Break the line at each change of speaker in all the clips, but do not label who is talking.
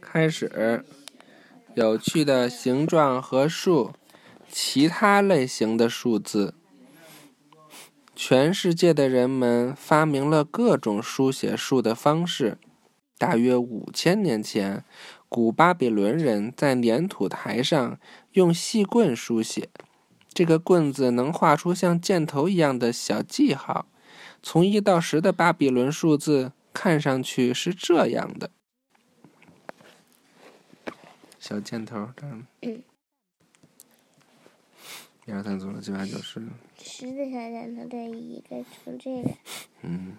开始，有趣的形状和数，其他类型的数字。全世界的人们发明了各种书写数的方式。大约五千年前，古巴比伦人在粘土台上用细棍书写，这个棍子能画出像箭头一样的小记号。从一到十的巴比伦数字看上去是这样的：小箭头，嗯，一二三四五六七八九十，
十个小箭头对一个从这个
嗯，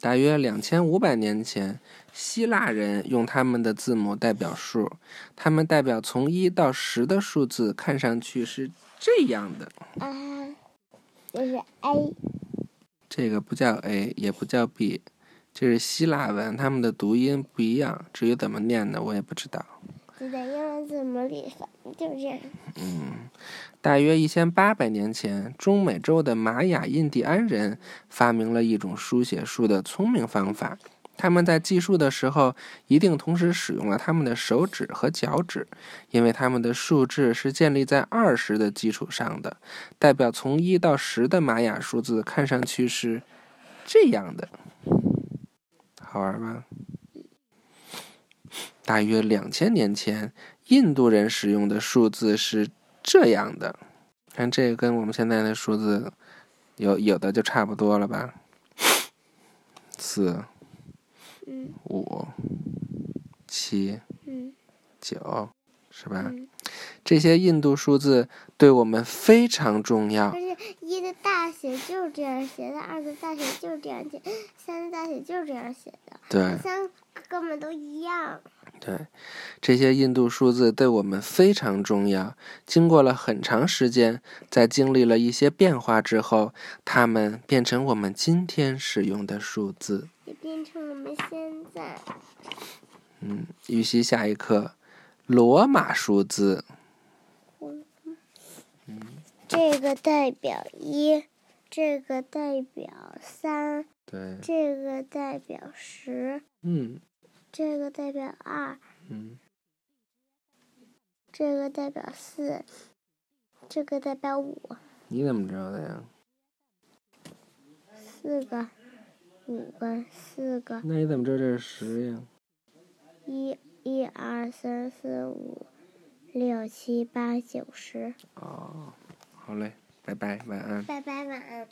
大约两千五百年前，希腊人用他们的字母代表数，他们代表从一到十的数字看上去是这样的。
啊，这是哎 A
这个不叫 a，也不叫 b，这是希腊文，他们的读音不一样，至于怎么念呢，我也不知道。
就在英文字母里，反正就是这样。
大约一千八百年前，中美洲的玛雅印第安人发明了一种书写数的聪明方法。他们在计数的时候，一定同时使用了他们的手指和脚趾，因为他们的数字是建立在二十的基础上的。代表从一到十的玛雅数字看上去是这样的，好玩吧？大约两千年前，印度人使用的数字是这样的，看这个跟我们现在的数字有有的就差不多了吧？四、
嗯
五、七、
嗯
九，是吧？
嗯，
这些印度数字对我们非常重要
而。且嗯一的大写就是这样写的，二的大写就是这样写，三的大写就是这样写的，
对
三个根本都一样。
对，这些印度数字对我们非常重要。经过了很长时间，在经历了一些变化之后，它们变成我们今天使用的数字。
也变成我们现在
嗯，预习下一课，罗马数字，
这个代表一，这个代表三，
对，
这个代表十，
嗯
这个代表二，
嗯，
这个代表四，这个代表五，
你怎么知道的呀？
四个，五个，四个，
那你怎么知道这是十呀？
一，一二三四五，六七八九十。
哦，好嘞，拜拜，晚安。
拜拜，晚安。